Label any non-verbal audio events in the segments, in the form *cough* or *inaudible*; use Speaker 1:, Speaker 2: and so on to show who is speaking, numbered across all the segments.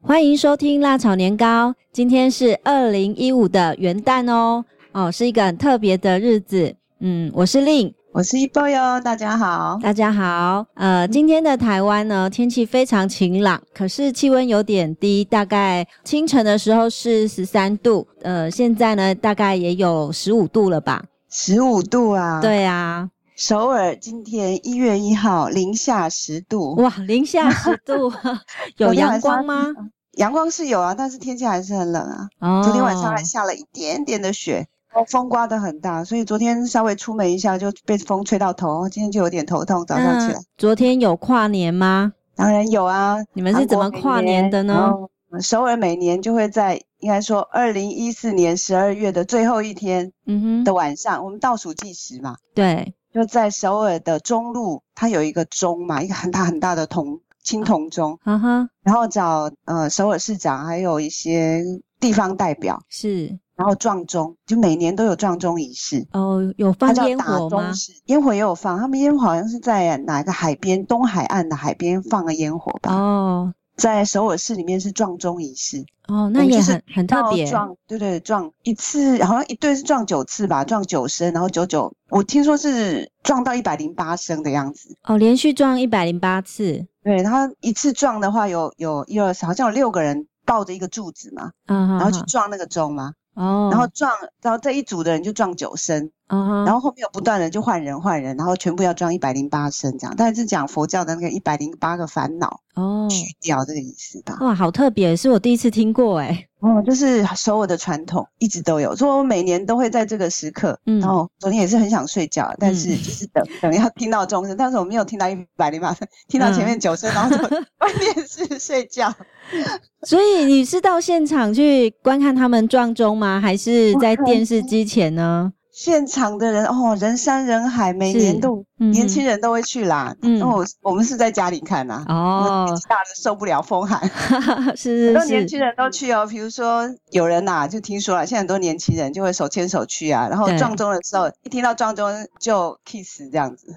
Speaker 1: 欢迎收听辣炒年糕。今天是二零一五的元旦哦，哦，是一个很特别的日子。嗯，我是令，
Speaker 2: 我是一波哟，大家好。
Speaker 1: 大家好。呃，今天的台湾呢，天气非常晴朗，可是气温有点低，大概清晨的时候是十三度，呃，现在呢大概也有十五度了吧？
Speaker 2: 十五度啊，，
Speaker 1: 对啊，
Speaker 2: 首尔今天一月一号零下十度，
Speaker 1: 哇，零下十
Speaker 2: *laughs*
Speaker 1: 度，有
Speaker 2: 昨天
Speaker 1: 阳
Speaker 2: 晚
Speaker 1: 光
Speaker 2: 上
Speaker 1: 吗？
Speaker 2: 阳光是有啊，但是天气还是很冷啊。
Speaker 1: 哦，
Speaker 2: 昨天晚上还下了一点点的雪，风刮得很大，所以昨天稍微出门一下就被风吹到头，今天就有点头痛，早上起来。
Speaker 1: 那嗯昨天有跨年吗？
Speaker 2: 当然有啊，
Speaker 1: 你们是怎么跨年的呢？
Speaker 2: 韩国每年？然后首尔每年就会在应该说二零一四年十二月的最后一天
Speaker 1: 嗯
Speaker 2: 的
Speaker 1: 哼，
Speaker 2: 晚上，我们倒数计时嘛，
Speaker 1: 对，
Speaker 2: 就在首尔的中路，它有一个钟嘛，一个很大很大的铜青铜钟，
Speaker 1: 哈哈，
Speaker 2: 然后找呃首尔市长还有一些地方代表，
Speaker 1: 是
Speaker 2: 然后撞钟，就每年都有撞钟仪式。
Speaker 1: 哦，有
Speaker 2: 它
Speaker 1: 放
Speaker 2: 叫
Speaker 1: 烟
Speaker 2: 打
Speaker 1: 火吗
Speaker 2: 钟？式，烟火也有放，他们烟火好像是在哪个海边，东海岸的海边放了烟火吧。
Speaker 1: 哦
Speaker 2: 在首尔市里面是撞钟仪式，
Speaker 1: 哦，那
Speaker 2: 我
Speaker 1: 也
Speaker 2: 就是
Speaker 1: 很很特
Speaker 2: 要
Speaker 1: 别，
Speaker 2: 撞对对撞一次，好像一对是撞九次吧，撞九声，然后九九，我听说是撞到一百零八声的样子。
Speaker 1: 哦，连续撞一百零八次，
Speaker 2: 对，他一次撞的话有有一二三，好像有六个人抱着一个柱子嘛，
Speaker 1: 啊哈
Speaker 2: 然后去
Speaker 1: 哈，
Speaker 2: 撞那个钟嘛，
Speaker 1: 哦，
Speaker 2: 然后撞，然后这一组的人就撞九声，
Speaker 1: 啊哈，
Speaker 2: 然后后面有不断的就换人换人，然后全部要撞一百零八声这样，但是讲佛教的那个一百零八个烦恼
Speaker 1: 哦，
Speaker 2: 去掉这个意思吧。
Speaker 1: 哇，好特别，是我第一次听过，哎，
Speaker 2: 哦，就是首尔的传统一直都有，所以我每年都会在这个时刻，
Speaker 1: 嗯
Speaker 2: 然后昨天也是很想睡觉，但是
Speaker 1: 嗯
Speaker 2: 就是等等要听到钟声，但是我没有听到一百零八声，听到
Speaker 1: 嗯
Speaker 2: 前面九声，然后就 *laughs* 关键是睡觉。
Speaker 1: 所以你是到现场去观看他们撞钟吗？还是在电视机前呢？
Speaker 2: 现场的人哦，人山人海，每
Speaker 1: 是
Speaker 2: 年都、
Speaker 1: 嗯
Speaker 2: 年轻
Speaker 1: 哼
Speaker 2: 人都会去啦。
Speaker 1: 嗯
Speaker 2: 嗯，然后我我们是在家里看啦、我
Speaker 1: 哦 *laughs*
Speaker 2: 年纪，大了受不了风寒，
Speaker 1: 哈哈，是
Speaker 2: *laughs* 很多
Speaker 1: 是
Speaker 2: 年轻
Speaker 1: 是，
Speaker 2: 人都去哦。比如说有人呐、就听说了，现在很多年轻人就会手牵手去啊，然后
Speaker 1: 对
Speaker 2: 撞钟的时候，一听到撞钟就 kiss 这样子，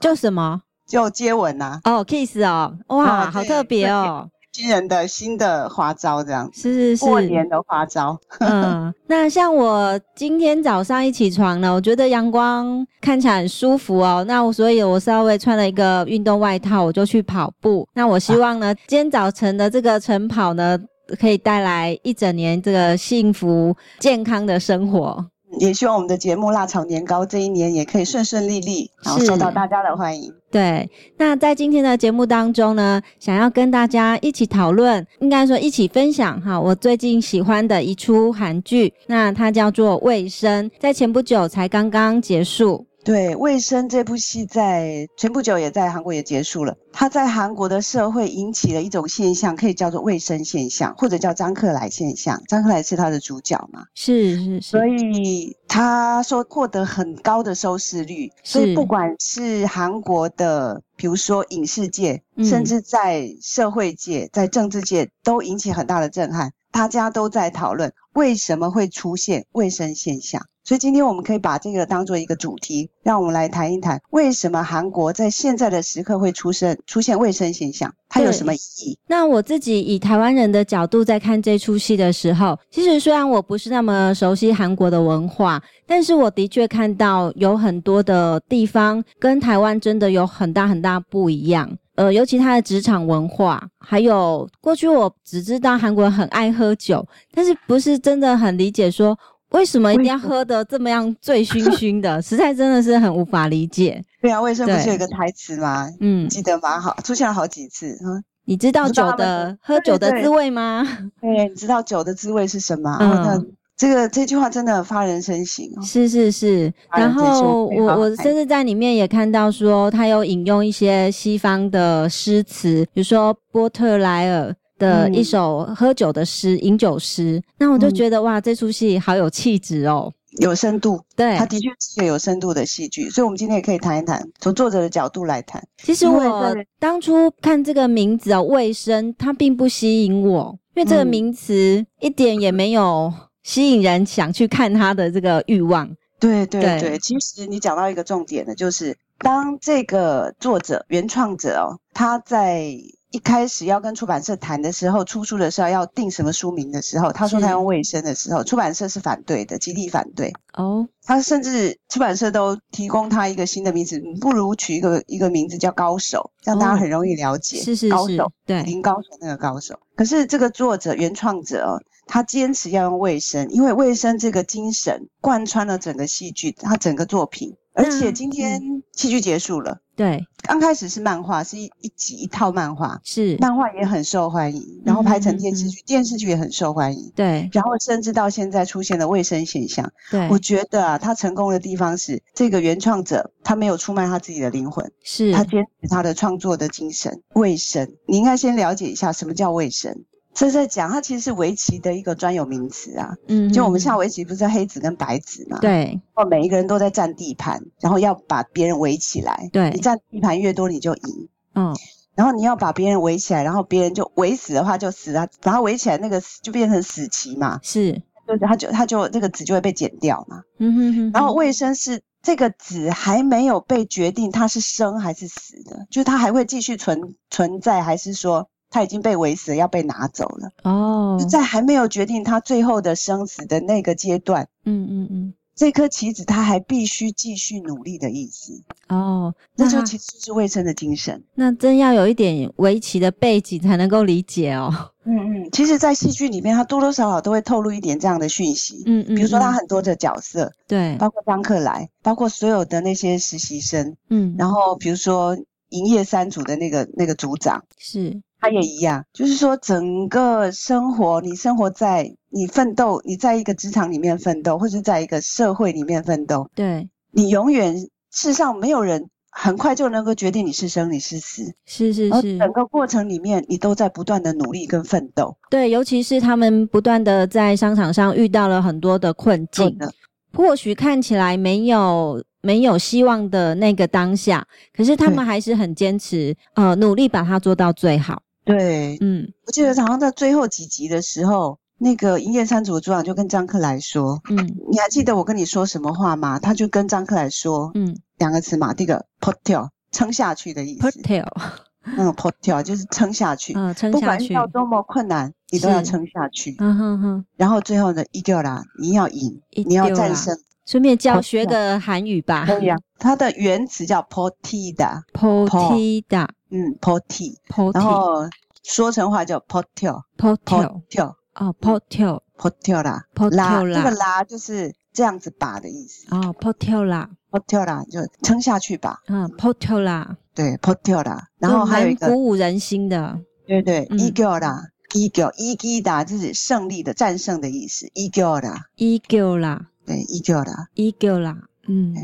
Speaker 1: 叫什么？
Speaker 2: 就接吻呐、
Speaker 1: 哦，kiss 哦，哇，
Speaker 2: 哦
Speaker 1: 好
Speaker 2: 对
Speaker 1: 特别
Speaker 2: 对
Speaker 1: 哦，
Speaker 2: 新人的新的花招这样，
Speaker 1: 是是是，
Speaker 2: 过年的花招。
Speaker 1: 嗯，那像我今天早上一起床呢，我觉得阳光看起来很舒服哦。那我所以，我稍微穿了一个运动外套，我就去跑步。那我希望呢，今天早晨的这个晨跑呢，可以带来一整年这个幸福健康的生活。
Speaker 2: 嗯也希望我们的节目《辣炒年糕》这一年也可以顺顺利利，然后
Speaker 1: 是
Speaker 2: 受到大家的欢迎。
Speaker 1: 对，那在今天的节目当中呢，想要跟大家一起讨论，应该说一起分享哈，我最近喜欢的一出韩剧，那它叫做《卫生》，在前不久才刚刚结束。
Speaker 2: 对，《卫生》这部戏在前不久也在韩国也结束了。它在韩国的社会引起了一种现象，可以叫做“卫生现象”，或者叫张克莱现象。张克莱是它的主角嘛，
Speaker 1: 是是是，
Speaker 2: 所以他说获得很高的收视率。所以
Speaker 1: 是
Speaker 2: 不管是韩国的，比如说影视界，
Speaker 1: 嗯
Speaker 2: 甚至在社会界、在政治界，都引起很大的震撼。大家都在讨论为什么会出现卫生现象。所以今天我们可以把这个当做一个主题，让我们来谈一谈为什么韩国在现在的时刻会出生出现卫生现象，它有
Speaker 1: 对
Speaker 2: 什么意义？
Speaker 1: 那我自己以台湾人的角度在看这出戏的时候，其实虽然我不是那么熟悉韩国的文化，但是我的确看到有很多的地方跟台湾真的有很大很大不一样。呃，尤其他的职场文化，还有过去我只知道韩国人很爱喝酒，但是不是真的很理解说为什么一定要
Speaker 2: 为什
Speaker 1: 喝得这么样醉
Speaker 2: *laughs*
Speaker 1: 醺醺的，实在真的是很无法理解。
Speaker 2: 对啊，卫生不
Speaker 1: 对
Speaker 2: 是有一个台词吗？
Speaker 1: 嗯，
Speaker 2: 记得吗？好，出现了好几次。嗯，
Speaker 1: 你知道
Speaker 2: 不知道
Speaker 1: 酒
Speaker 2: 他们
Speaker 1: 的
Speaker 2: 的
Speaker 1: 喝酒的
Speaker 2: 对对
Speaker 1: 滋味吗？
Speaker 2: 对，哎你知道酒的滋味是什么？
Speaker 1: 嗯
Speaker 2: 哦那这个这句话真的发人深省哦。
Speaker 1: 是是是，
Speaker 2: 发
Speaker 1: 然
Speaker 2: 人深省
Speaker 1: 后
Speaker 2: 可以好
Speaker 1: 我
Speaker 2: 好
Speaker 1: 我
Speaker 2: 看
Speaker 1: 甚至在里面也看到说，他有引用一些西方的诗词，比如说波特莱尔的一
Speaker 2: 嗯
Speaker 1: 首喝酒的诗、饮酒诗。那我就
Speaker 2: 嗯
Speaker 1: 觉得、哇，这出戏好有气质哦。
Speaker 2: 有深度，
Speaker 1: 对
Speaker 2: 它，的确是个有深度的戏剧，所以我们今天也可以谈一谈，从作者的角度来谈。
Speaker 1: 其实
Speaker 2: 因为
Speaker 1: 我
Speaker 2: 在
Speaker 1: 当初看这个名字哦，卫生，它并不吸引我，因为这个
Speaker 2: 嗯
Speaker 1: 名词一点也没有吸引人想去看它的这个欲望。
Speaker 2: 对对
Speaker 1: 对
Speaker 2: 对，其实你讲到一个重点呢，就是当这个作者原创者哦，他在一开始要跟出版社谈的时候，出书的时候要定什么书名的时候，他说
Speaker 1: 是
Speaker 2: 他用卫生的时候，出版社是反对的，极力反对。
Speaker 1: 哦，
Speaker 2: 他甚至出版社都提供他一个新的名字，你不如取一个一个名字叫高手，让大家
Speaker 1: 哦
Speaker 2: 很容易了解。
Speaker 1: 是是
Speaker 2: 高
Speaker 1: 是
Speaker 2: 手，
Speaker 1: 对，
Speaker 2: 零高手那个高手。可是这个作者原创者哦，他坚持要用卫生，因为卫生这个精神贯穿了整个戏剧，他整个作品。而
Speaker 1: 嗯
Speaker 2: 且今天戏剧结束了，
Speaker 1: 对，
Speaker 2: 刚开始是漫画，是一一集一套漫画，
Speaker 1: 是，
Speaker 2: 漫画也很受欢迎，然后拍成
Speaker 1: 嗯嗯
Speaker 2: 电视剧，电视剧也很受欢迎。
Speaker 1: 对
Speaker 2: 然后甚至到现在出现了卫生现象，
Speaker 1: 对
Speaker 2: 我，觉得啊，他成功的地方是这个原创者他没有出卖他自己的灵魂，
Speaker 1: 是
Speaker 2: 他坚持他的创作的精神。卫生，你应该先了解一下什么叫卫生。这是在讲，它其实是围棋的一个专有名词啊。
Speaker 1: 嗯
Speaker 2: 就我们
Speaker 1: 嗯
Speaker 2: 下围棋不是黑子跟白子嘛？。
Speaker 1: 对
Speaker 2: 哦，每一个人都在占地盘，然后要把别人围起来。
Speaker 1: 对
Speaker 2: 你，占地盘越多，你就赢。
Speaker 1: 嗯，
Speaker 2: 然后你要把别人围起来，然后别人就围死的话就死啊，把他围起来那个死就变成死棋嘛，
Speaker 1: 是，
Speaker 2: 就是他就他就这个子就会被剪掉嘛。
Speaker 1: 嗯哼哼，
Speaker 2: 然后
Speaker 1: 哼
Speaker 2: 卫生是这个子还没有被决定它是生还是死的，就是它还会继续存存在，还是说它已经被围死了要被拿走了？
Speaker 1: 哦
Speaker 2: 就，在还没有决定它最后的生死的那个阶段，
Speaker 1: 嗯嗯嗯，
Speaker 2: 这颗棋子它还必须继续努力的意思。
Speaker 1: 哦，
Speaker 2: 那
Speaker 1: 那
Speaker 2: 就
Speaker 1: 他
Speaker 2: 其实是卫生的精神。
Speaker 1: 那真要有一点围棋的背景才能够理解哦。
Speaker 2: *laughs* 嗯嗯，其实，在戏剧里面，它多多少少都会透露一点这样的讯息。
Speaker 1: 嗯嗯，
Speaker 2: 比如说，他
Speaker 1: 嗯
Speaker 2: 很多的角色，
Speaker 1: 对，
Speaker 2: 包括张克莱，包括所有的那些实习生，
Speaker 1: 嗯，
Speaker 2: 然后比如说营业三组的那个那个组长，
Speaker 1: 是
Speaker 2: 他也一样，就是说整个生活，你生活在你奋斗，你在一个职场里面奋斗，或者在一个社会里面奋斗，
Speaker 1: 对，
Speaker 2: 你永远世上没有人很快就能够决定你是生你是死，
Speaker 1: 是是
Speaker 2: 而
Speaker 1: 是，
Speaker 2: 整个过程里面，你都在不断的努力跟奋斗。
Speaker 1: 对，尤其是他们不断的在商场上遇到了很多的困境，
Speaker 2: 的，
Speaker 1: 或许看起来没有没有希望的那个当下，可是他
Speaker 2: 对
Speaker 1: 们还是很坚持，呃，努力把它做到最好。
Speaker 2: 对，
Speaker 1: 嗯
Speaker 2: 我记得好像在最后几集的时候，那个营业三组的组长就跟张克来说。
Speaker 1: 嗯
Speaker 2: 你还记得我跟你说什么话吗？他就跟张克来说，
Speaker 1: 嗯
Speaker 2: 两个词嘛，第一个 pot 掉，撑下去的意
Speaker 1: ，per
Speaker 2: 思。
Speaker 1: tail，
Speaker 2: 嗯，pot 掉就是撑下去，
Speaker 1: 嗯，撑
Speaker 2: 不
Speaker 1: 下
Speaker 2: 管遇
Speaker 1: 去，
Speaker 2: 到多么困难，你都要
Speaker 1: 是
Speaker 2: 撑下去。
Speaker 1: 嗯哼哼，
Speaker 2: 然后最后呢，一丢啦，你要赢，
Speaker 1: 一
Speaker 2: 你要
Speaker 1: 丢啦啊
Speaker 2: 战胜。
Speaker 1: 顺便教
Speaker 2: Potail
Speaker 1: 学个韩语吧
Speaker 2: 对呀、它的原词叫 potida，
Speaker 1: ，potida，potida，
Speaker 2: 嗯，poti，然后说成话叫 potio
Speaker 1: potail。
Speaker 2: potio
Speaker 1: 哦 p o t e l
Speaker 2: potio 啦，
Speaker 1: p o t
Speaker 2: 拉
Speaker 1: e
Speaker 2: 这
Speaker 1: 啦，
Speaker 2: 个拉就是这样子把的意思
Speaker 1: 哦 p o t e l 啦，
Speaker 2: ，potio 啦就撑下去吧，
Speaker 1: 嗯 p o t e l 啦，
Speaker 2: 对，potio 啦。然后
Speaker 1: 就
Speaker 2: 还有
Speaker 1: 蛮
Speaker 2: 一个
Speaker 1: 鼓舞人心的，
Speaker 2: 对对
Speaker 1: 嗯
Speaker 2: 一 g o 啦 e g o e g i d a 就是胜利的、战胜的意思 e g o 啦，
Speaker 1: e g l 啦
Speaker 2: 对 e g o 啦。
Speaker 1: e g l 啦，嗯，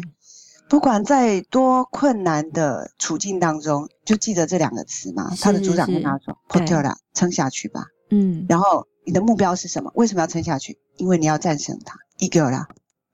Speaker 2: 不管在多困难的处境当中，就记得这两个词嘛。
Speaker 1: 是
Speaker 2: 他的组
Speaker 1: 是
Speaker 2: 长
Speaker 1: 是
Speaker 2: 跟他说 p
Speaker 1: 对
Speaker 2: o t o l a 撑下去吧。
Speaker 1: 嗯，
Speaker 2: 然后你的目标是什么？为什么要撑下去？因为你要战胜它 e g o 啦。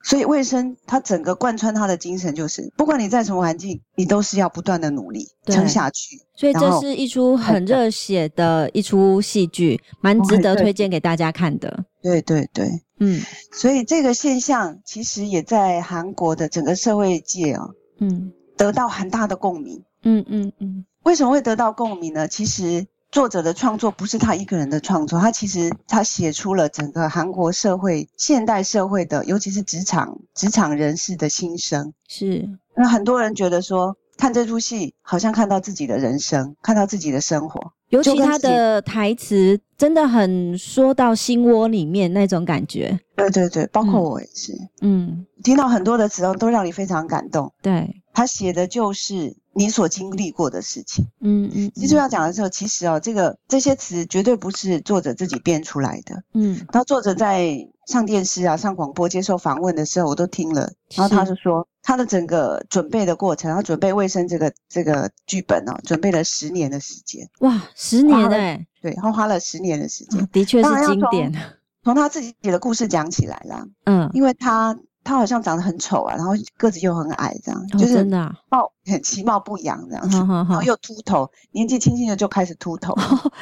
Speaker 2: 所以卫生，它整个贯穿他的精神就是，不管你在什么环境，你都是要不断的努力
Speaker 1: 对
Speaker 2: 撑下去。
Speaker 1: 所以这
Speaker 2: 然后
Speaker 1: 是一出很热血的一出戏剧，蛮
Speaker 2: 哦
Speaker 1: 值得推荐给大家看的。
Speaker 2: 对对对，
Speaker 1: 嗯
Speaker 2: 所以这个现象其实也在韩国的整个社会界哦，
Speaker 1: 嗯
Speaker 2: 得到很大的共鸣。
Speaker 1: 嗯嗯嗯，
Speaker 2: 为什么会得到共鸣呢？其实作者的创作不是他一个人的创作，他其实他写出了整个韩国社会、现代社会的，尤其是职场职场人士的心声。
Speaker 1: 是
Speaker 2: 那很多人觉得说，看这出戏好像看到自己的人生，看到自己的生活。
Speaker 1: 尤其
Speaker 2: 就跟
Speaker 1: 他的台词真的很说到心窝里面那种感觉。
Speaker 2: 对对对，包括
Speaker 1: 嗯
Speaker 2: 我也是，
Speaker 1: 嗯，
Speaker 2: 听到很多的时候都让你非常感动。
Speaker 1: 对，
Speaker 2: 他写的就是你所经历过的事情。
Speaker 1: 嗯嗯，
Speaker 2: 其实要讲的时候，其实哦，这个这些词绝对不是作者自己编出来的。
Speaker 1: 嗯
Speaker 2: 然后作者在上电视啊、上广播接受访问的时候，我都听了。然后他
Speaker 1: 是
Speaker 2: 就说，他的整个准备的过程，他准备卫生这个这个剧本哦，准备了十年的时间，
Speaker 1: 哇，十年
Speaker 2: 花了
Speaker 1: 哎、
Speaker 2: 对他花了十年的时间
Speaker 1: 嗯，的确
Speaker 2: 当然
Speaker 1: 是
Speaker 2: 要
Speaker 1: 经
Speaker 2: 从
Speaker 1: 典。
Speaker 2: 从他自己的故事讲起来啦。
Speaker 1: 嗯，
Speaker 2: 因为他他好像长得很丑啊，然后个子又很矮，这样、就
Speaker 1: 哦、
Speaker 2: 是
Speaker 1: 真的、啊，
Speaker 2: 貌很其貌不扬这样子，
Speaker 1: 好好
Speaker 2: 然
Speaker 1: 好
Speaker 2: 后，又秃头，年纪轻轻的就开始秃头，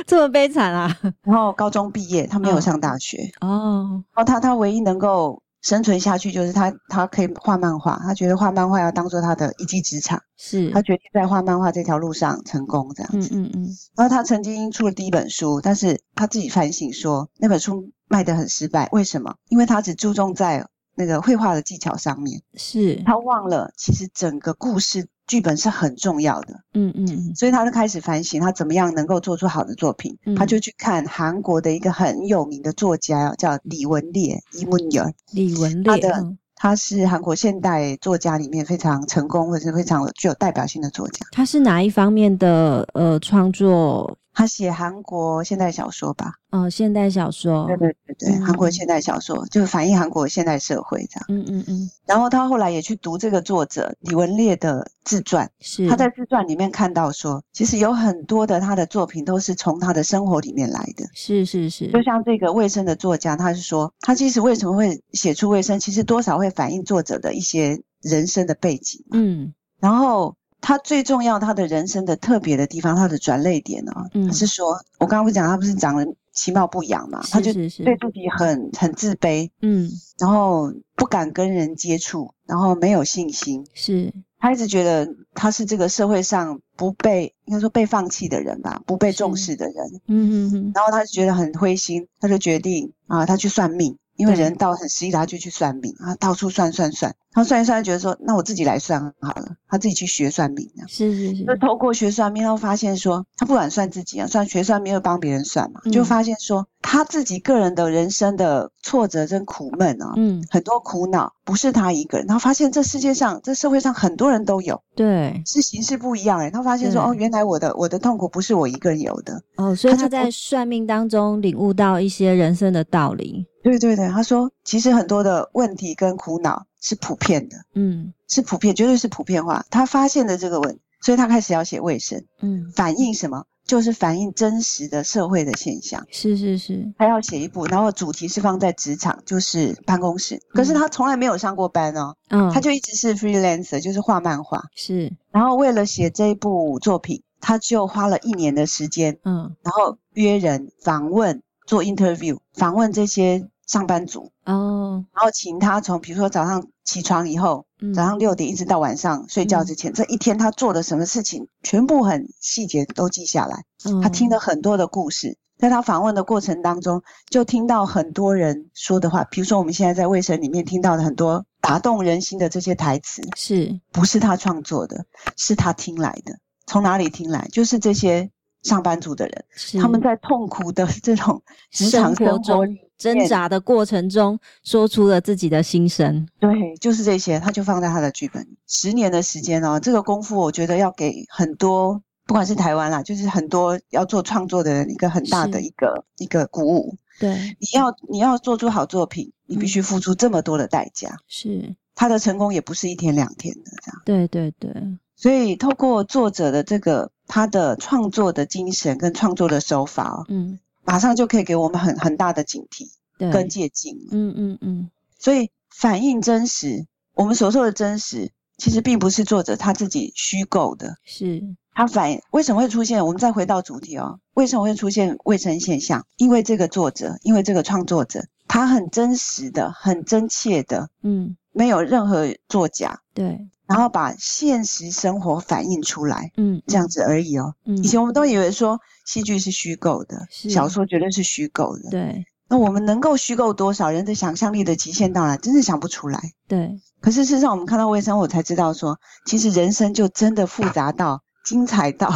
Speaker 1: 这么悲惨啊！
Speaker 2: 然后高中毕业，他没有
Speaker 1: 嗯
Speaker 2: 上大学，
Speaker 1: 哦，
Speaker 2: 然后他他唯一能够生存下去，就是他他可以画漫画，他觉得画漫画要当做他的一技之长，
Speaker 1: 是，
Speaker 2: 他决定在画漫画这条路上成功这样
Speaker 1: 嗯
Speaker 2: 子。
Speaker 1: 嗯嗯，
Speaker 2: 然后他曾经出了第一本书，但是他自己反省说那本书卖得很失败，为什么？因为他只注重在那个绘画的技巧上面，
Speaker 1: 是，
Speaker 2: 他忘了其实整个故事剧本是很重要的。
Speaker 1: 嗯嗯嗯，
Speaker 2: 所以他就开始反省，他怎么样能够做出好的作品。
Speaker 1: 嗯
Speaker 2: 他就去看韩国的一个很有名的作家，叫李文
Speaker 1: 嗯
Speaker 2: 烈伊文尔，
Speaker 1: 李文
Speaker 2: 他
Speaker 1: 烈，
Speaker 2: 的
Speaker 1: 嗯
Speaker 2: 他是韩国现代作家里面非常成功或者是非常具有代表性的作家。
Speaker 1: 他是哪一方面的呃创作
Speaker 2: 他写韩国现代小说吧？
Speaker 1: 呃现代小说？
Speaker 2: 对对对对，韩国
Speaker 1: 嗯
Speaker 2: 现代小说就是反映韩国现代社会这样。
Speaker 1: 嗯嗯嗯，
Speaker 2: 然后他后来也去读这个作者李文烈的自传，
Speaker 1: 是，
Speaker 2: 他在自传里面看到说，其实有很多的他的作品都是从他的生活里面来的。
Speaker 1: 是是是，
Speaker 2: 就像这个卫生的作家，他是说，他其实为什么会写出卫生，其实多少会反映作者的一些人生的背景。
Speaker 1: 嗯
Speaker 2: 然后他最重要，他的人生的特别的地方，他的转泪点呢、哦，
Speaker 1: 嗯，
Speaker 2: 是说我刚刚不是讲他不是长得其貌不扬嘛，他
Speaker 1: 是
Speaker 2: 就是
Speaker 1: 是，
Speaker 2: 对自己很很自卑，
Speaker 1: 嗯
Speaker 2: 然后不敢跟人接触，然后没有信心。
Speaker 1: 是
Speaker 2: 他一直觉得他是这个社会上不被应该说被放弃的人吧，不被重
Speaker 1: 是
Speaker 2: 视的人。
Speaker 1: 嗯嗯嗯
Speaker 2: 然后他就觉得很灰心，他就决定啊，他去算命，因为
Speaker 1: 对
Speaker 2: 人到很失意了，他就去算命啊，到处算算算，然后算一算，觉得说，那我自己来算好了，他自己去学算命，这样
Speaker 1: 是是是
Speaker 2: 就，透过学算命，他发现说，他不敢算自己啊，算学算命又帮别人算嘛，
Speaker 1: 嗯
Speaker 2: 就发现说他自己个人的人生的挫折跟苦闷啊。
Speaker 1: 嗯
Speaker 2: 很多苦恼不是他一个人，他发现这世界上、这社会上很多人都有，
Speaker 1: 对
Speaker 2: 是形式不一样诶、他发现说，
Speaker 1: 对
Speaker 2: 哦，原来我的我的痛苦不是我一个人有的，
Speaker 1: 哦，所以
Speaker 2: 他
Speaker 1: 他
Speaker 2: 就
Speaker 1: 在
Speaker 2: 不
Speaker 1: 算命当中领悟到一些人生的道理。
Speaker 2: 对对对，他说，其实很多的问题跟苦恼是普遍的，
Speaker 1: 嗯
Speaker 2: 是普遍，绝对是普遍化。他发现的这个问，所以他开始要写卫生，
Speaker 1: 嗯，
Speaker 2: 反映什么？就是反映真实的社会的现象。
Speaker 1: 是是是，
Speaker 2: 他要写一部，然后主题是放在职场，就是办公室。可是他从来没有上过班哦，
Speaker 1: 嗯，
Speaker 2: 他就一直是 freelancer，就是画漫画。
Speaker 1: 是
Speaker 2: 然后为了写这一部作品，他就花了一年的时间，
Speaker 1: 嗯
Speaker 2: 然后约人访问、做 interview，访问这些上班族。
Speaker 1: 哦
Speaker 2: 然后请他从比如说早上起床以后，
Speaker 1: 嗯
Speaker 2: 早上六点一直到晚上睡觉之前，这一天他做了什么事情，全部很细节都记下来。
Speaker 1: 嗯
Speaker 2: 他听了很多的故事，在他访问的过程当中，就听到很多人说的话，比如说我们现在在卫生里面听到的很多打动人心的这些台词，
Speaker 1: 是
Speaker 2: 不是他创作的，是他听来的。从哪里听来？就是这些上班族的人，
Speaker 1: 是
Speaker 2: 他们在痛苦的这种职
Speaker 1: 生
Speaker 2: 场
Speaker 1: 活
Speaker 2: 生活
Speaker 1: 中挣扎的过程中说出了自己的心声。
Speaker 2: 对，就是这些，他就放在他的剧本里。十年的时间哦，这个功夫我觉得要给很多，不管是台湾啦，就是很多要做创作的人一个很大的
Speaker 1: 是
Speaker 2: 一个一个鼓舞。
Speaker 1: 对，
Speaker 2: 你要你要做出好作品，你必须
Speaker 1: 嗯
Speaker 2: 付出这么多的代价，
Speaker 1: 是，
Speaker 2: 他的成功也不是一天两天的这样。
Speaker 1: 对对对，
Speaker 2: 所以，透过作者的这个他的创作的精神跟创作的手法哦，
Speaker 1: 嗯，
Speaker 2: 马上就可以给我们很很大的警惕
Speaker 1: 对，
Speaker 2: 跟借鉴了。
Speaker 1: 嗯嗯嗯，
Speaker 2: 所以反映真实，我们所说的真实，其实并不是作者他自己虚构的。
Speaker 1: 是，
Speaker 2: 他反映为什么会出现？我们再回到主题哦，为什么会出现卫生现象？因为这个作者，因为这个创作者，他很真实的、很真切的，
Speaker 1: 嗯，
Speaker 2: 没有任何作假，
Speaker 1: 对，
Speaker 2: 然后把现实生活反映出来，
Speaker 1: 嗯，
Speaker 2: 这样子而已哦。
Speaker 1: 嗯，嗯，
Speaker 2: 以前我们都以为说戏剧是虚构的，
Speaker 1: 是
Speaker 2: 小说绝对是虚构的。
Speaker 1: 对
Speaker 2: 那我们能够虚构多少？人的想象力的极限到哪？真是想不出来。
Speaker 1: 对，
Speaker 2: 可是事实上，我们看到卫生，我才知道说，其实人生就真的复
Speaker 1: *laughs*
Speaker 2: 杂到、精彩到，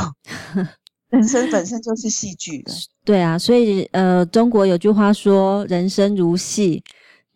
Speaker 2: 人生本身就是戏剧的。
Speaker 1: 对啊，所以呃，中国有句话说“人生如戏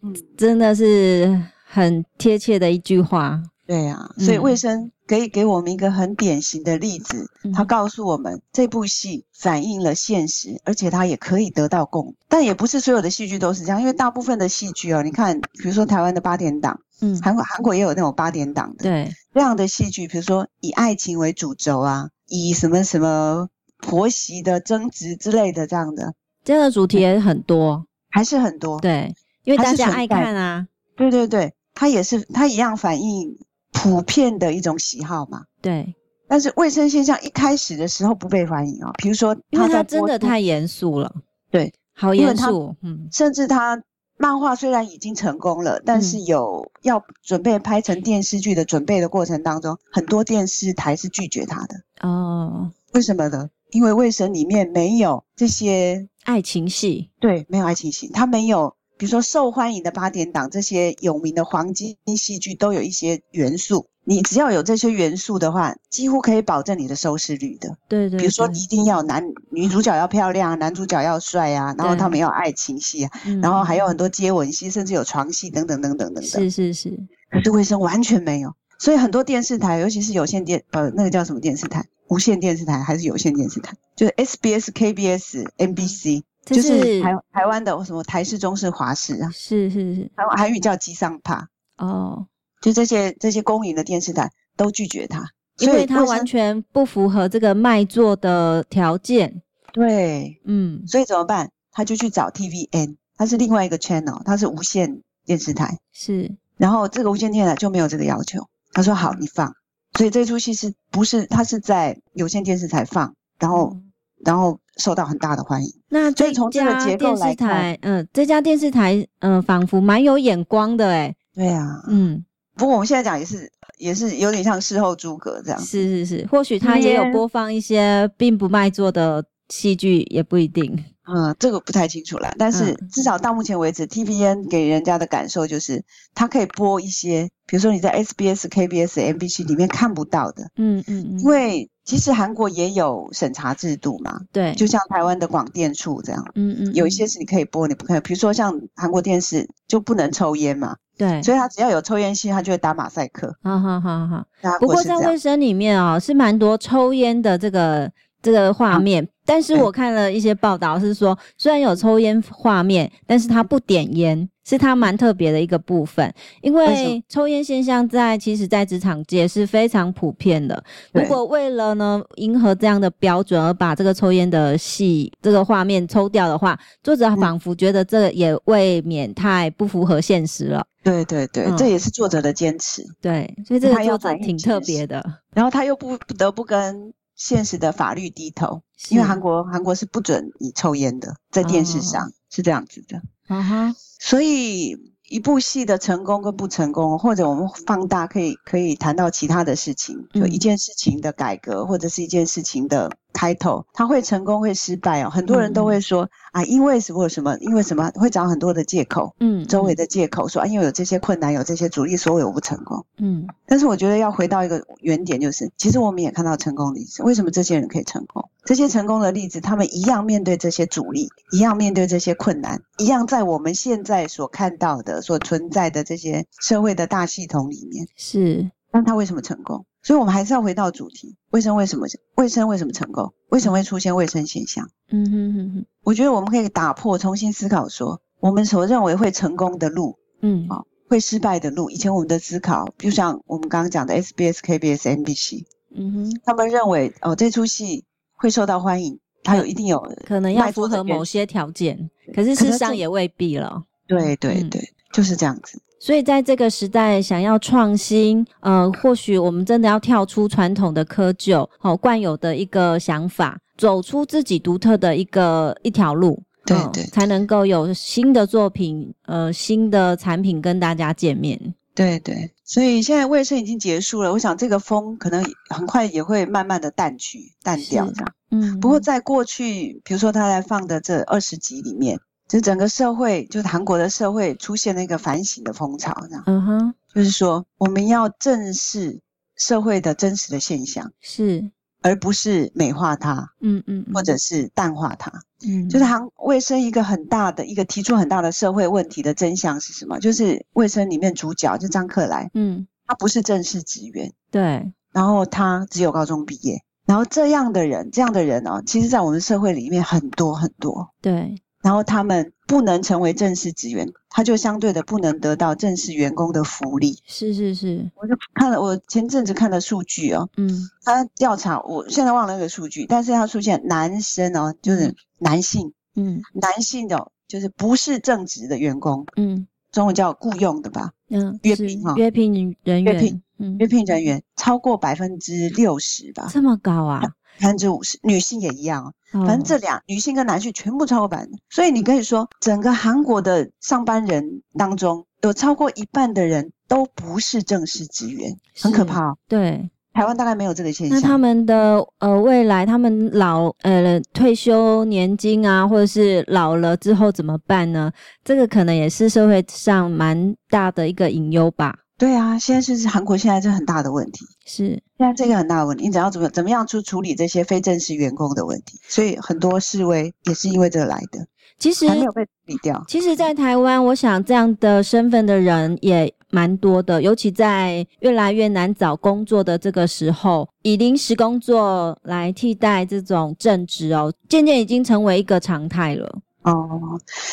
Speaker 2: 嗯，”，
Speaker 1: 真的是很贴切的一句话。
Speaker 2: 对啊，所以
Speaker 1: 嗯
Speaker 2: 卫生可以给我们一个很典型的例子，它
Speaker 1: 嗯
Speaker 2: 告诉我们这部戏反映了现实，而且它也可以得到共。但也不是所有的戏剧都是这样，因为大部分的戏剧哦，你看，比如说台湾的八点档，
Speaker 1: 嗯，
Speaker 2: 韩国韩国也有那种八点档的，
Speaker 1: 对，
Speaker 2: 这样的戏剧，比如说以爱情为主轴啊，以什么什么婆媳的争执之类的这样的，
Speaker 1: 这样的主题也很多，
Speaker 2: 还是很多。
Speaker 1: 对，因为
Speaker 2: 它
Speaker 1: 大
Speaker 2: 是
Speaker 1: 家
Speaker 2: 存
Speaker 1: 爱
Speaker 2: 在
Speaker 1: 看啊，
Speaker 2: 对对对，它也是它一样反映普遍的一种喜好嘛。
Speaker 1: 对，
Speaker 2: 但是卫生现象一开始的时候不被欢迎哦，比如说
Speaker 1: 因为
Speaker 2: 在
Speaker 1: 它真
Speaker 2: 播
Speaker 1: 的
Speaker 2: 出，
Speaker 1: 太严肃了，
Speaker 2: 对，
Speaker 1: 好
Speaker 2: 因为
Speaker 1: 严
Speaker 2: 它
Speaker 1: 肃，嗯，
Speaker 2: 甚至它漫画虽然已经成功
Speaker 1: 嗯
Speaker 2: 了，但是有要准备拍成电视剧的准备的过程当中，很多电视台是拒绝它的。
Speaker 1: 哦，
Speaker 2: 为什么呢？因为卫神里面没有这些，
Speaker 1: 爱情戏，
Speaker 2: 对，没有爱情戏，它没有，比如说受欢迎的八点档这些有名的黄金戏剧都有一些元素。你只要有这些元素的话，几乎可以保证你的收视率的。
Speaker 1: 对对
Speaker 2: 比如说，
Speaker 1: 嗯对
Speaker 2: 一定要男女主角要漂亮，啊男主角要帅啊，然后他们要爱情戏啊，
Speaker 1: 嗯
Speaker 2: 然后还有很多接吻戏，甚至有床戏等等等等等等。
Speaker 1: 是是是，
Speaker 2: 可是卫生完全没有，所以很多电视台，尤其是有线电呃那个叫什么电视台，无线电视台还是有线电视台，就是 SBS、KBS、NBC，
Speaker 1: 这
Speaker 2: 就是
Speaker 1: 嗯
Speaker 2: 台台湾的什么台式、中式、华式啊，
Speaker 1: 是是是
Speaker 2: 台湾韩语叫机上帕，
Speaker 1: 哦，
Speaker 2: 就这些这些公营的电视台都拒绝它，
Speaker 1: 因
Speaker 2: 所以
Speaker 1: 为它
Speaker 2: 卫
Speaker 1: 完
Speaker 2: 生
Speaker 1: 全不符合这个卖座的条件。
Speaker 2: 对，
Speaker 1: 嗯，
Speaker 2: 所以怎么办？他就去找 TVN，它是另外一个 channel，它是无线电视台。
Speaker 1: 是
Speaker 2: 然后这个无线电视台就没有这个要求，他说好，你放。所以这出戏是不是他是在有线电视台放，然后、
Speaker 1: 嗯
Speaker 2: 然后受到很大的欢迎。
Speaker 1: 那
Speaker 2: 哦所以
Speaker 1: 这
Speaker 2: 从这个
Speaker 1: 家
Speaker 2: 结构
Speaker 1: 电视
Speaker 2: 来看
Speaker 1: 台，嗯，这家电视台，嗯，仿佛蛮有眼光的，哎，
Speaker 2: 对啊，
Speaker 1: 嗯，
Speaker 2: 不过我们现在讲也是也是有点像事后诸葛这样。
Speaker 1: 是是是，或许它也有
Speaker 2: 耶
Speaker 1: 播放一些并不卖座的戏剧，也不一定。
Speaker 2: 嗯，这个不太清楚啦，但是
Speaker 1: 嗯
Speaker 2: 至少到目前为止，TVN 给人家的感受就是，它可以播一些，比如说你在 SBS、KBS、MBC 里面看不到的，
Speaker 1: 嗯嗯嗯，
Speaker 2: 因为其实韩国也有审查制度嘛，
Speaker 1: 对，
Speaker 2: 就像台湾的广电处这样。
Speaker 1: 嗯嗯，
Speaker 2: 有一
Speaker 1: 嗯
Speaker 2: 些是你可以播，你不可以。比如说像韩国电视就不能抽烟嘛，
Speaker 1: 对，
Speaker 2: 所以他只要有抽烟戏，他就会打马赛克。
Speaker 1: 好好好好。
Speaker 2: 那韩
Speaker 1: 不
Speaker 2: 国
Speaker 1: 过
Speaker 2: 是
Speaker 1: 在
Speaker 2: 这样
Speaker 1: 卫生里面哦，是蛮多抽烟的这个这个画
Speaker 2: 啊
Speaker 1: 面，但
Speaker 2: 嗯
Speaker 1: 是我看了一些报道是说，虽然有抽烟画面，但是他不点烟，是他蛮特别的一个部分。因
Speaker 2: 为什
Speaker 1: 为
Speaker 2: 么
Speaker 1: 抽烟现象在其实，在职场界是非常普遍的。如
Speaker 2: 对
Speaker 1: 果为了呢迎合这样的标准而把这个抽烟的戏这个画面抽掉的话，作
Speaker 2: 嗯
Speaker 1: 者仿佛觉得这也未免太不符合现实了。
Speaker 2: 对对对，
Speaker 1: 嗯
Speaker 2: 这也是作者的坚持。
Speaker 1: 对，所以这个
Speaker 2: 他
Speaker 1: 作
Speaker 2: 要
Speaker 1: 者
Speaker 2: 反映
Speaker 1: 挺
Speaker 2: 现
Speaker 1: 特
Speaker 2: 实
Speaker 1: 别的，
Speaker 2: 然后他又不不得不跟现实的法律低头，因为
Speaker 1: 是
Speaker 2: 韩国韩国是不准你抽烟的，在电
Speaker 1: 嗯
Speaker 2: 视上、是这样子的。
Speaker 1: 啊哈。
Speaker 2: 所以一部戏的成功跟不成功，或者我们放大可以可以谈到其他的事情，
Speaker 1: 嗯
Speaker 2: 就一件事情的改革或者是一件事情的开头，它会成功会失败哦。很多
Speaker 1: 嗯
Speaker 2: 人都会说、啊，因为什么什么，因为什么会找很多的借口，
Speaker 1: 嗯，
Speaker 2: 周围
Speaker 1: 嗯
Speaker 2: 的借口说啊，因为有这些困难，有这些阻力，所以我不成功。
Speaker 1: 嗯
Speaker 2: 但是我觉得要回到一个原点，就是其实我们也看到成功例子，为什么这些人可以成功？这些成功的例子，他们一样面对这些阻力，一样面对这些困难，一样在我们现在所看到的、所存在的这些社会的大系统里面。
Speaker 1: 是
Speaker 2: 那他为什么成功？所以我们还是要回到主题：卫生为什么？卫生为什么成功？为什么会出现卫生现象？
Speaker 1: 嗯哼哼哼
Speaker 2: 我觉得我们可以打破，重新思考说，我们所认为会成功的路，
Speaker 1: 嗯
Speaker 2: 好会失败的路，以前我们的思考，就像我们刚刚讲的 SBS、KBS、MBC，
Speaker 1: 嗯哼，
Speaker 2: 他们认为哦这出戏会受到欢迎，它有一定有
Speaker 1: 可能要
Speaker 2: 卖
Speaker 1: 符
Speaker 2: 座的
Speaker 1: 合
Speaker 2: 元
Speaker 1: 某
Speaker 2: 素
Speaker 1: 些条件，嗯可是
Speaker 2: 可
Speaker 1: 事实
Speaker 2: 是
Speaker 1: 上
Speaker 2: 这
Speaker 1: 也未必了。
Speaker 2: 对对
Speaker 1: 嗯
Speaker 2: 对，就是这样子。
Speaker 1: 所以在这个时代，想要创新，呃，或许我们真的要跳出传统的窠臼，好、惯有的一个想法，走出自己独特的一个一条路。
Speaker 2: 对
Speaker 1: 嗯
Speaker 2: 对
Speaker 1: 才能够有新的作品，呃，新的产品跟大家见面。
Speaker 2: 对对，所以现在卫生已经结束了，我想这个风可能很快也会慢慢的淡去、淡掉
Speaker 1: 是
Speaker 2: 这样。
Speaker 1: 嗯，
Speaker 2: 不过在过去，比如说他在放的这二十集里面，就整个社会，就是韩国的社会出现了一个反省的风潮，这样
Speaker 1: 嗯哼，
Speaker 2: 就是说我们要正视社会的真实的现象，
Speaker 1: 是，
Speaker 2: 而不是美化它
Speaker 1: 嗯嗯，
Speaker 2: 或者是淡化它。
Speaker 1: 嗯，
Speaker 2: 就是韩卫生一个很大的一个提出很大的社会问题的真相是什么？就是卫生里面主角就张克莱，
Speaker 1: 嗯，
Speaker 2: 他不是正式职员，
Speaker 1: 对，
Speaker 2: 然后他只有高中毕业，然后这样的人，这样的人哦，其实在我们社会里面很多很多，
Speaker 1: 对，
Speaker 2: 然后他们不能成为正式职员，他就相对的不能得到正式员工的福利。
Speaker 1: 是是是，
Speaker 2: 我就看了，我前阵子看的数据哦，
Speaker 1: 嗯，
Speaker 2: 他调查，我现在忘了那个数据，但是他出现男生哦，就是男性。
Speaker 1: 嗯
Speaker 2: 男性的哦，就是不是正职的员工，
Speaker 1: 嗯
Speaker 2: 中文叫雇佣的吧？
Speaker 1: 嗯，
Speaker 2: 约
Speaker 1: 是
Speaker 2: 聘哈
Speaker 1: 约聘人
Speaker 2: 约
Speaker 1: 员
Speaker 2: 聘，
Speaker 1: 嗯
Speaker 2: 约聘人员超过百分之六十吧，
Speaker 1: 这么高啊？
Speaker 2: 百分之五十，女性也一样哦。
Speaker 1: 反
Speaker 2: *laughs* 反正这两女性跟男性全部超过百分之，所以你可以说，整个韩国的上班人当中，有超过一半的人都不是正式职员，很可怕、哦。
Speaker 1: 对，
Speaker 2: 台湾大概没有这个现
Speaker 1: 那他
Speaker 2: 象。
Speaker 1: 们的呃未来，他们老呃退休年金啊，或者是老了之后怎么办呢？这个可能也是社会上蛮大的一个隐忧吧。
Speaker 2: 对啊，现在是韩国现在是很大的问题，
Speaker 1: 是，
Speaker 2: 现在这个很大的问题，你只要怎么怎么样去处理这些非正式员工的问题，所以很多示威也是因为这个来的，
Speaker 1: 其实
Speaker 2: 还没有被处理掉。
Speaker 1: 其实，在台湾，我想这样的身份的人也蛮多的，尤其在越来越难找工作的这个时候，以临时工作来替代这种正职哦，渐渐已经成为一个常态了。
Speaker 2: 哦，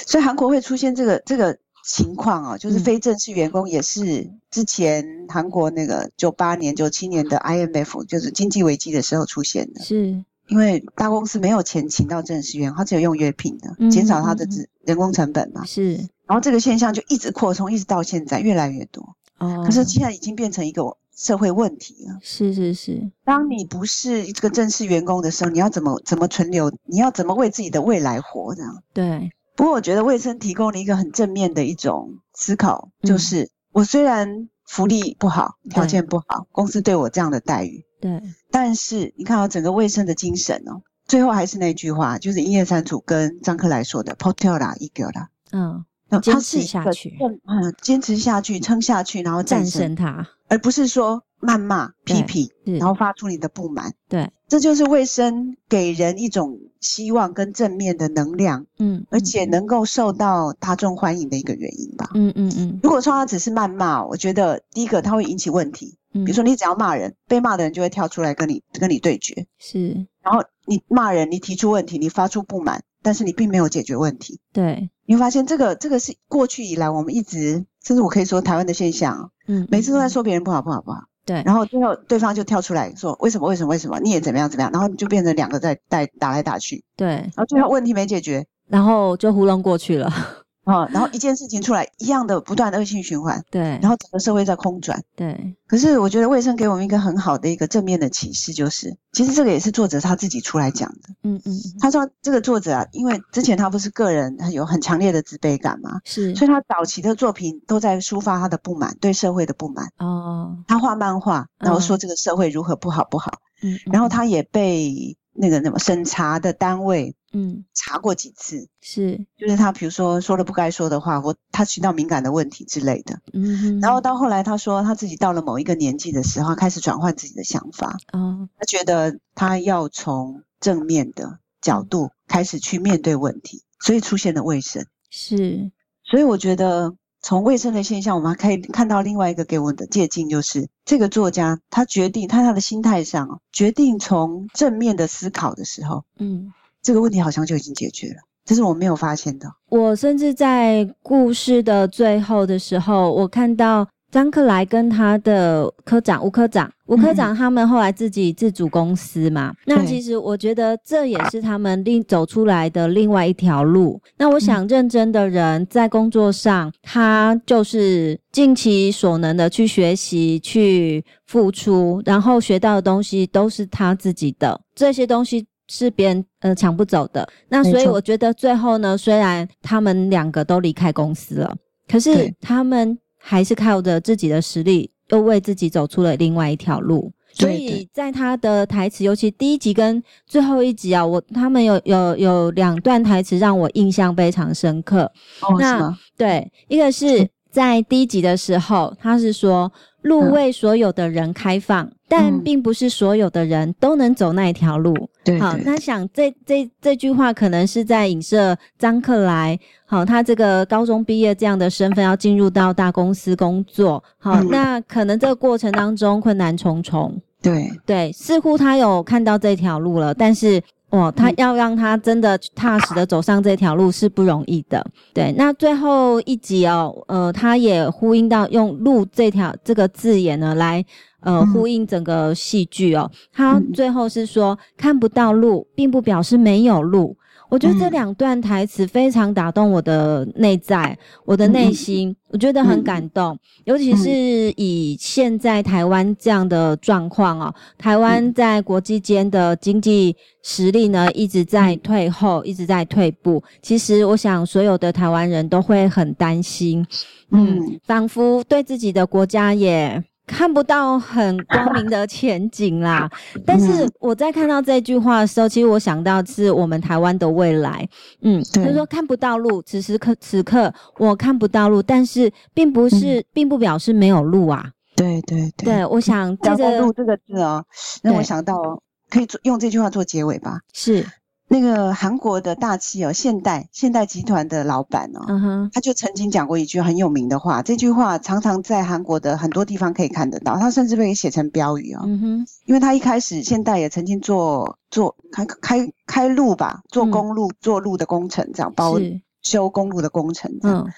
Speaker 2: 所以韩国会出现这个这个情况哦，就是
Speaker 1: 嗯
Speaker 2: 非正式员工也是之前韩国那个九八年、九七年的 IMF 就是经济危机的时候出现的，
Speaker 1: 是，
Speaker 2: 因为大公司没有钱请到正式员，他只有用约聘的，
Speaker 1: 嗯
Speaker 2: 减少他的
Speaker 1: 嗯嗯
Speaker 2: 资人工成本嘛。
Speaker 1: 是，
Speaker 2: 然后这个现象就一直扩充，一直到现在越来越多。
Speaker 1: 哦，
Speaker 2: 可是现在已经变成一个社会问题了。
Speaker 1: 是是是，
Speaker 2: 当你不是这个正式员工的时候，你要怎么怎么存留？你要怎么为自己的未来活？这样。
Speaker 1: 对，
Speaker 2: 不过我觉得卫生提供了一个很正面的一种思考，
Speaker 1: 嗯
Speaker 2: 就是、我虽然福利不好，条
Speaker 1: 对
Speaker 2: 件不好，公司对我这样的待遇，
Speaker 1: 对，
Speaker 2: 但是你看到、整个卫生的精神哦，最后还是那句话，就是营业三组跟张克来说的 p o t e l a i g o l a
Speaker 1: 嗯，
Speaker 2: 那
Speaker 1: 坚
Speaker 2: 它是
Speaker 1: 持
Speaker 2: 一
Speaker 1: 下
Speaker 2: 个
Speaker 1: 去
Speaker 2: 正嗯，坚持下去，撑下去，然后
Speaker 1: 战
Speaker 2: 战胜，
Speaker 1: 胜它，
Speaker 2: 而不是说谩骂、批
Speaker 1: 对
Speaker 2: 评，
Speaker 1: 是
Speaker 2: 然，后发出你的不满。
Speaker 1: 对，
Speaker 2: 这就是卫生给人一种希望跟正面的能量，
Speaker 1: 嗯，
Speaker 2: 而
Speaker 1: 嗯
Speaker 2: 且，能够受到大众欢迎的一个原因吧。
Speaker 1: 嗯嗯嗯，
Speaker 2: 如果说他只是谩骂，我觉得第一个他会引起问题，
Speaker 1: 比
Speaker 2: 比如说你只要骂人，被骂的人就会跳出来跟你跟你对决，
Speaker 1: 是，
Speaker 2: 然后你骂人，你提出问题，你发出不满，但是你并没有解决问题，
Speaker 1: 对，
Speaker 2: 你会发现这个这个是过去以来我们一直，甚至我可以说台湾的现象啊，
Speaker 1: 嗯，
Speaker 2: 每次都在
Speaker 1: 嗯，
Speaker 2: 说别人不好不好不好，
Speaker 1: 对
Speaker 2: 然后最后对方就跳出来说为什么为什么为什么你也怎么样怎么样，然后你就变成两个在在打来打去，
Speaker 1: 对，
Speaker 2: 然后最后问题没解决，
Speaker 1: 然后就糊弄过去了， *laughs*
Speaker 2: 啊，然后一件事情出来，一样的不断的恶性循环，
Speaker 1: 对
Speaker 2: 然，后整个社会在空转。
Speaker 1: 对，
Speaker 2: 可是我觉得卫生给我们一个很好的一个正面的启示，就是其实这个也是作者他自己出来讲的。
Speaker 1: 嗯嗯嗯，
Speaker 2: 他说这个作者啊，因为之前他不是个人很有很强烈的自卑感嘛，
Speaker 1: 是，
Speaker 2: 所以他早期的作品都在抒发他的不满，对社会的不满。
Speaker 1: 哦，
Speaker 2: 他画漫画，然后
Speaker 1: 嗯
Speaker 2: 说这个社会如何不好不好，
Speaker 1: 嗯，
Speaker 2: 然后
Speaker 1: 嗯，
Speaker 2: 他也被那个什么审查的单位
Speaker 1: 嗯，
Speaker 2: 查过几次，
Speaker 1: 是，
Speaker 2: 就是他比如说说了不该说的话，或他提到敏感的问题之类的。
Speaker 1: 嗯，
Speaker 2: 然后到后来，他说他自己到了某一个年纪的时候，他开始转换自己的想法，
Speaker 1: 哦，
Speaker 2: 他觉得他要从正面的角度开始去面对问题，所以出现了卫生。
Speaker 1: 是，
Speaker 2: 所以我觉得从卫生的现象，我们还可以看到另外一个给我们的借鉴，就是这个作家他决定他他的心态上哦决定从正面的思考的时候，
Speaker 1: 嗯。
Speaker 2: 这个问题好像就已经解决了，这是我没有发现的。
Speaker 1: 我甚至在故事的最后的时候，我看到张克莱跟他的科长吴科长，吴科长他们后来自己自主公司嘛。那
Speaker 2: 对
Speaker 1: 其实我觉得这也是他们另走出来的另外一条路。那我想，认真的人在工作上，他就是尽其所能的去学习、去付出，然后学到的东西都是他自己的，这些东西是别人呃抢不走的。那
Speaker 2: 没
Speaker 1: 所以
Speaker 2: 错
Speaker 1: 我觉得最后呢，虽然他们两个都离开公司了，可是
Speaker 2: 对
Speaker 1: 他们还是靠着自己的实力，又为自己走出了另外一条路。所
Speaker 2: 对
Speaker 1: 以
Speaker 2: 对
Speaker 1: 在他的台词，尤其第一集跟最后一集啊，我他们有有有两段台词让我印象非常深刻。
Speaker 2: 哦，
Speaker 1: 那
Speaker 2: 是吗？
Speaker 1: 对，一个是在第一集的时候，他是说路
Speaker 2: 嗯
Speaker 1: 为所有的人开放，但
Speaker 2: 嗯
Speaker 1: 并不是所有的人都能走那一条路。
Speaker 2: 对
Speaker 1: 好，
Speaker 2: 对
Speaker 1: 那想这这这句话可能是在影射张克莱，好，他这个高中毕业这样的身份要进入到大公司工作，好，
Speaker 2: 嗯
Speaker 1: 那可能这个过程当中困难重重，
Speaker 2: 对，
Speaker 1: 对，似乎他有看到这条路了，但是哦，他
Speaker 2: 嗯
Speaker 1: 要让他真的踏实的走上这条路是不容易的。对，那最后一集哦，呃，他也呼应到用“路”这条这个字眼呢，来呃
Speaker 2: 嗯
Speaker 1: 呼应整个戏剧哦。他
Speaker 2: 嗯
Speaker 1: 最后是说，看不到路，并不表示没有路。我觉得这
Speaker 2: 嗯
Speaker 1: 两段台词非常打动我的内在，我的内
Speaker 2: 嗯
Speaker 1: 心，我觉得很感动。尤其是以现在台湾这样的状况哦，台
Speaker 2: 嗯
Speaker 1: 湾在国际间的经济实力呢一直在退后，一直在退步。其实我想，所有的台湾人都会很担心，嗯
Speaker 2: 嗯，
Speaker 1: 仿佛对自己的国家也看不到很光明的前景啦。
Speaker 2: 嗯
Speaker 1: 但是我在看到这句话的时候，其实我想到是我们台湾的未来，嗯，
Speaker 2: 对
Speaker 1: 就是说看不到路，此时刻此刻我看不到路，但是并不是、并不表示没有路啊。
Speaker 2: 对对嗯对。
Speaker 1: 对，我想这
Speaker 2: 讲到“
Speaker 1: 个
Speaker 2: 路”这个字哦，让我
Speaker 1: 对
Speaker 2: 想到哦可以做用这句话做结尾吧。
Speaker 1: 是，
Speaker 2: 那个韩国的大企哦，现代现代集团的老板哦，
Speaker 1: 嗯哼，
Speaker 2: 他就曾经讲过一句很有名的话，这句话常常在韩国的很多地方可以看得到，他甚至被写成标语哦。
Speaker 1: 嗯哼，
Speaker 2: 因为他一开始现代也曾经做做开开开路吧，做
Speaker 1: 嗯
Speaker 2: 公路、做路的工程，这样包
Speaker 1: 是，
Speaker 2: 修公路的工程这样。
Speaker 1: 嗯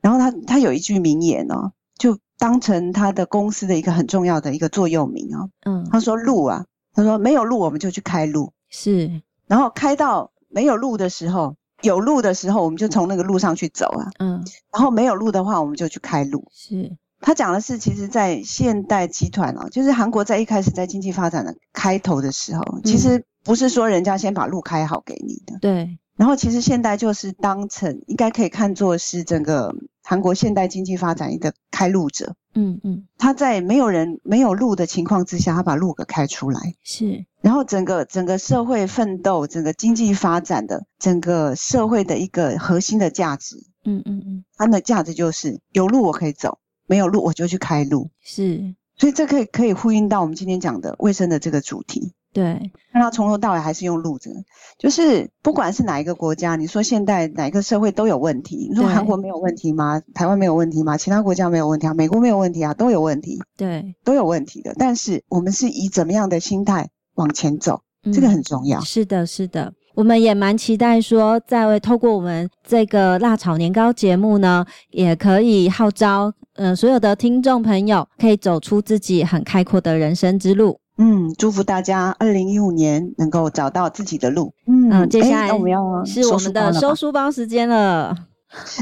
Speaker 2: 然后他他有一句名言哦，就当成他的公司的一个很重要的一个座右铭哦。
Speaker 1: 嗯，
Speaker 2: 他说路啊，他说没有路我们就去开路，
Speaker 1: 是，
Speaker 2: 然后开到没有路的时候，有路的时候我们就从那个路上去走啊，
Speaker 1: 嗯
Speaker 2: 然后没有路的话我们就去开路。
Speaker 1: 是，
Speaker 2: 他讲的是，其实，在现代集团啊，就是韩国在一开始在经济发展的开头的时候，其实不是说人家先把路开好给你的，
Speaker 1: 对，
Speaker 2: 然后其实现代就是当成应该可以看作是整个韩国现代经济发展的开路者。
Speaker 1: 嗯嗯
Speaker 2: 他在没有人没有路的情况之下，他把路给开出来，
Speaker 1: 是，
Speaker 2: 然后整个整个社会奋斗、整个经济发展的整个社会的一个核心的价值，
Speaker 1: 嗯嗯嗯
Speaker 2: 它的价值就是有路我可以走，没有路我就去开路。
Speaker 1: 是，
Speaker 2: 所以这可以可以呼应到我们今天讲的卫生的这个主题。
Speaker 1: 对，
Speaker 2: 那它从头到尾还是用路子，就是不管是哪一个国家，你说现代哪一个社会都有问题。你说
Speaker 1: 对
Speaker 2: 韩国没有问题吗？台湾没有问题吗？其他国家没有问题啊？美国没有问题啊？都有问题，
Speaker 1: 对，
Speaker 2: 都有问题的。但是我们是以怎么样的心态往前走，这个
Speaker 1: 嗯
Speaker 2: 很重要。
Speaker 1: 是的，是的，我们也蛮期待说，在透过我们这个辣炒年糕节目呢，也可以号召呃所有的听众朋友，可以走出自己很开阔的人生之路。
Speaker 2: 嗯，祝福大家二零一五年能够找到自己的路。
Speaker 1: 嗯接
Speaker 2: 诶
Speaker 1: 下来
Speaker 2: 那我们要
Speaker 1: 是我们的收
Speaker 2: 收。
Speaker 1: 书包时间了。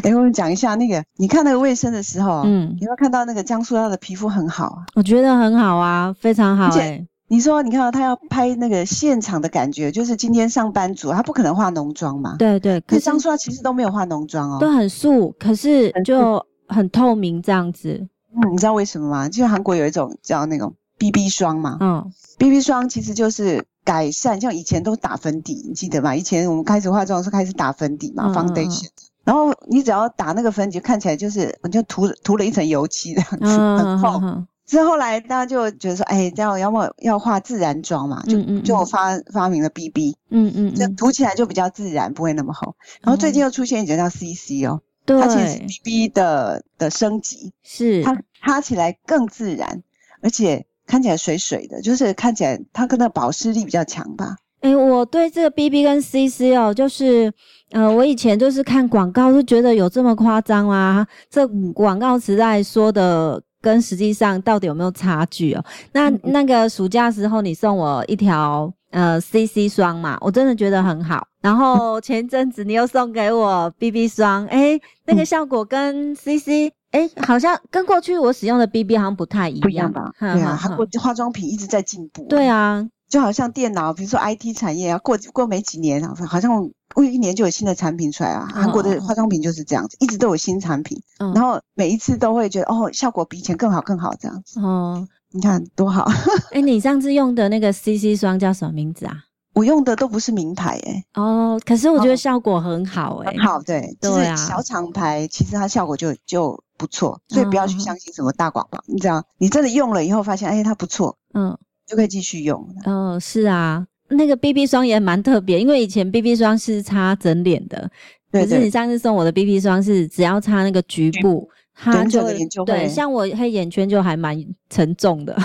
Speaker 2: 哎，我们讲一下那个，你看那个卫生的时候，
Speaker 1: 嗯
Speaker 2: 你，有没有看到那个江苏她的皮肤很好啊？
Speaker 1: 我觉得很好啊，非常好
Speaker 2: 而且
Speaker 1: 哎、
Speaker 2: 你说，你看到他要拍那个现场的感觉，就是今天上班族，他不可能化浓妆嘛。
Speaker 1: 对对，可
Speaker 2: 可
Speaker 1: 是
Speaker 2: 是张硕其实都没有化浓妆
Speaker 1: 都
Speaker 2: 哦。
Speaker 1: 很素，可是
Speaker 2: 很素
Speaker 1: 就很透明这样子。
Speaker 2: 嗯，你知道为什么吗？就是韩国有一种叫那种 BB 霜嘛
Speaker 1: 嗯，
Speaker 2: ，BB 霜其实就是改善，像以前都打粉底，你记得吗？以前我们开始化妆的时候开始打粉底嘛、
Speaker 1: 嗯嗯嗯
Speaker 2: f o u n d a t i o n 然后你只要打那个粉底，看起来就是你就涂涂了一层油漆这样子，很
Speaker 1: 嗯，
Speaker 2: 厚
Speaker 1: 好。好
Speaker 2: 之后来大家就觉得说，哎，这样要么要化自然妆嘛，就
Speaker 1: 嗯嗯嗯
Speaker 2: 就发发明了 BB。
Speaker 1: 嗯嗯
Speaker 2: 这
Speaker 1: 嗯，
Speaker 2: 涂起来就比较自然，不会那么厚。然后最近又出现一种叫 CC 哦，它其实
Speaker 1: 嗯
Speaker 2: 是
Speaker 1: 对，
Speaker 2: BB 的的升级，
Speaker 1: 是，
Speaker 2: 它擦起来更自然，而且看起来水水的，就是看起来它跟那保湿力比较强吧。
Speaker 1: 诶，我对这个 BB 跟 CC 哦，就是，呃，我以前就是看广告就觉得有这么夸张吗？这
Speaker 2: 嗯
Speaker 1: 广告时代说的跟实际上到底有没有差距哦？那
Speaker 2: 嗯
Speaker 1: 那个暑假时候你送我一条呃 CC 霜嘛，我真的觉得很好。然
Speaker 2: *laughs*
Speaker 1: 后前一阵子你又送给我 BB 霜，诶，那个
Speaker 2: 嗯
Speaker 1: 效果跟 CC。诶，好像跟过去我使用的 BB 好像不太一
Speaker 2: 不一
Speaker 1: 样
Speaker 2: 样吧？
Speaker 1: 哈
Speaker 2: 对啊，
Speaker 1: 哈
Speaker 2: 韩
Speaker 1: 哈
Speaker 2: 国化妆品一直在进步。
Speaker 1: 对，啊，
Speaker 2: 就好像电脑，比如说 IT 产业啊，过过没几年啊，好像过一年就有新的产品出来啊。韩国
Speaker 1: 嗯嗯
Speaker 2: 的
Speaker 1: 嗯
Speaker 2: 化妆品就是这样子，一直都有新产品，
Speaker 1: 嗯
Speaker 2: 然后每一次都会觉得哦，效果比以前更好更好这样子。
Speaker 1: 哦，
Speaker 2: 你看多好。 *laughs*
Speaker 1: 哎、你上次用的那个 CC 霜叫什么名字啊？
Speaker 2: 我用的都不是名牌、欸，
Speaker 1: 哦，可是我觉得
Speaker 2: 哦
Speaker 1: 效果很好、哎、
Speaker 2: 很好，对，就
Speaker 1: 对啊
Speaker 2: 是小厂牌，其实它效果就就不错，所以不要去
Speaker 1: 嗯
Speaker 2: 相信什么大广告，你知道，你真的用了以后发现，哎，它不错，
Speaker 1: 嗯，
Speaker 2: 就可以继续用。
Speaker 1: 哦，是啊，那个 BB 霜也蛮特别，因为以前 BB 霜是擦整脸的，
Speaker 2: 对
Speaker 1: 可是你
Speaker 2: 对，
Speaker 1: 上次送我的 BB 霜是只要擦那个局部，它
Speaker 2: 对你
Speaker 1: 就
Speaker 2: 整个脸就
Speaker 1: 对，
Speaker 2: 会
Speaker 1: 像我黑眼圈就还蛮沉重的，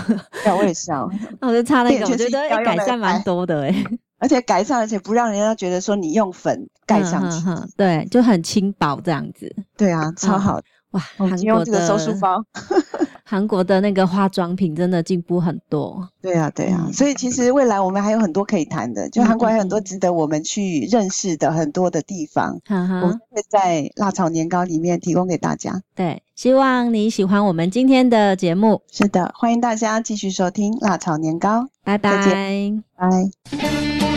Speaker 2: 对，我也是啊，
Speaker 1: 那我就擦那
Speaker 2: 黑眼
Speaker 1: 个，我
Speaker 2: 圈
Speaker 1: 觉
Speaker 2: 是
Speaker 1: 得、
Speaker 2: 一定要
Speaker 1: 哎
Speaker 2: 用
Speaker 1: 改
Speaker 2: 那个
Speaker 1: 善蛮
Speaker 2: 白
Speaker 1: 多的、哎，
Speaker 2: 而且改善，而且不让人家觉得说你用粉盖上去，
Speaker 1: 嗯嗯嗯对，就很轻薄这样子。
Speaker 2: 对啊，超好。
Speaker 1: 哇，
Speaker 2: 我
Speaker 1: 嗯韩
Speaker 2: 们今天
Speaker 1: 国
Speaker 2: *laughs* 用这个
Speaker 1: 的
Speaker 2: 收书包，
Speaker 1: 韩国的那个化妆品真的进步很多。
Speaker 2: 对啊，对啊，
Speaker 1: 嗯
Speaker 2: 所以其实未来我们还有很多可以谈的，就韩国还有很多值得我们去认识的很多的地方，
Speaker 1: 哈
Speaker 2: 我们
Speaker 1: 哈，
Speaker 2: 会在辣炒年糕里面提供给大家。
Speaker 1: 对，希望你喜欢我们今天的节目，
Speaker 2: 是的，欢迎大家继续收听辣炒年糕，
Speaker 1: 拜
Speaker 2: 再
Speaker 1: 拜。
Speaker 2: 拜。
Speaker 3: 「